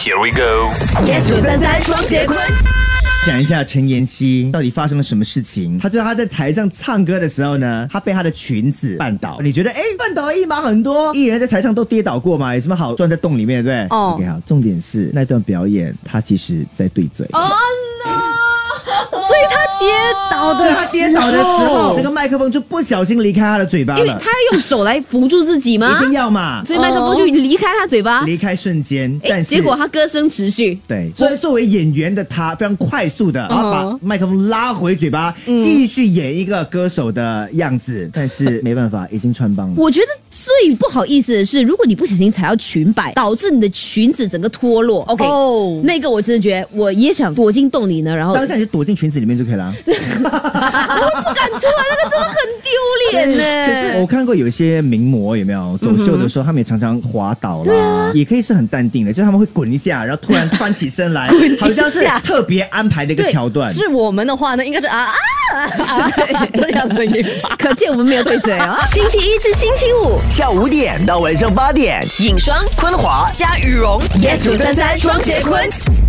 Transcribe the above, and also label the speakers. Speaker 1: Here we go。
Speaker 2: yes 九三三双节棍，
Speaker 3: 讲一下陈妍希到底发生了什么事情？她就她在台上唱歌的时候呢，她被她的裙子绊倒。你觉得，哎，绊倒一码很多，艺人在台上都跌倒过嘛，有什么好钻在洞里面，对不对？
Speaker 2: 哦
Speaker 3: OK，好，重点是那段表演，她其实在对嘴。
Speaker 2: 哦 no！所以他跌倒
Speaker 3: 就
Speaker 2: 的
Speaker 3: 是她跌倒的时候，那个麦克风就不小心离开她的嘴巴
Speaker 4: 因为
Speaker 3: 了
Speaker 4: 他，啊要用手来扶住自己
Speaker 3: 一
Speaker 4: 嘛，
Speaker 3: 定要嘛，
Speaker 4: 所以麦克风就离开他嘴巴。
Speaker 3: 离开瞬间，
Speaker 4: 啊哎，
Speaker 3: 但是
Speaker 4: 结果他歌声持续，
Speaker 3: 对，所以作为演员的他非常快速的，然后把麦克风拉回嘴巴，继续演一个歌手的样子。呃但是没办法，已经穿帮了。
Speaker 4: 我觉得最不好意思的是，如果你不小心踩到裙摆，导致你的裙子整个脱落。OK，、
Speaker 2: 哦
Speaker 4: 那个我真的觉得我也想躲进洞里呢，然后
Speaker 3: 当下你就躲进裙子里面就可以了啊。
Speaker 4: 敢出来，那个真的很丢脸呢。
Speaker 3: 可是我看过有一些名模有没有走秀的时候，他们也常常滑倒啦，也可以是很淡定的，就是他们会滚一下，然后突然翻起身来，好像是特别安排的一个桥段。
Speaker 2: 是我们的话呢，应该是啊啊，这样子一把。
Speaker 4: 可见我们没有对嘴啊。
Speaker 2: 星期一至星期五，
Speaker 5: 下午五点到晚上八点，
Speaker 2: 影双
Speaker 5: 昆华
Speaker 2: 加羽绒，yes 九三三双节棍。